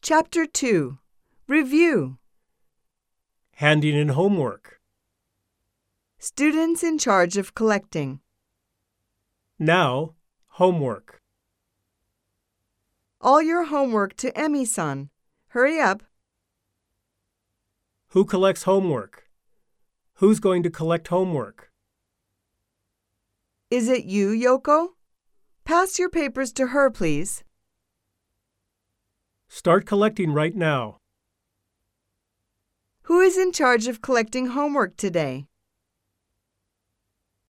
Chapter 2 Review handing in homework. Students in charge of collecting. Now, homework. All your homework to Emmy san. Hurry up. Who collects homework? Who's going to collect homework? Is it you, Yoko? Pass your papers to her, please. Start collecting right now. Who is in charge of collecting homework today?